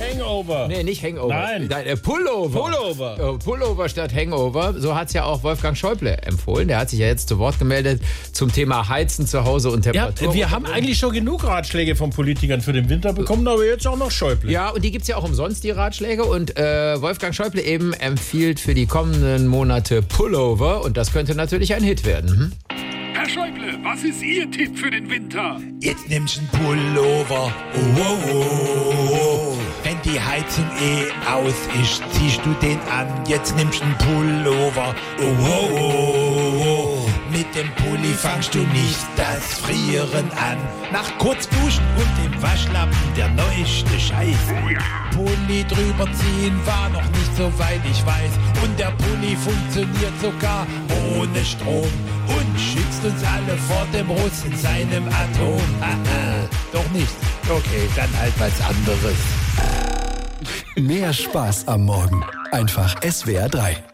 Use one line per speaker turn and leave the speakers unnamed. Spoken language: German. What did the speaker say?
Hangover.
Nee, nicht Hangover.
Nein.
äh, Pullover.
Pullover.
Äh, Pullover statt Hangover. So hat es ja auch Wolfgang Schäuble empfohlen. Der hat sich ja jetzt zu Wort gemeldet zum Thema Heizen zu Hause und
Ja,
Temperatur.
wir haben eigentlich schon genug Ratschläge von Politikern für den Winter bekommen, aber jetzt auch noch Schäuble.
Ja, und die gibt es ja auch umsonst, die Ratschläge. Und äh, Wolfgang Schäuble eben empfiehlt für die kommenden Monate Pullover. Und das könnte natürlich ein Hit werden. Hm?
Herr Schäuble, was ist Ihr Tipp für den Winter?
Jetzt nimmst du einen Pullover. Oh, oh, oh, oh. Wenn die Heizung eh aus ist, ziehst du den an. Jetzt nimmst du einen Pullover. Oh, oh, oh, oh, oh. Mit dem Pulli fangst du nicht das Frieren an. Nach Kurzduschen und dem Waschlappen der neueste Scheiß. Pulli drüber ziehen war noch nicht so weit, ich weiß. Und der Pulli funktioniert sogar ohne Strom und schützt uns alle vor dem Russ in seinem Atom. Haha, Doch nicht. Okay, dann halt was anderes.
Mehr Spaß am Morgen. Einfach SWR 3.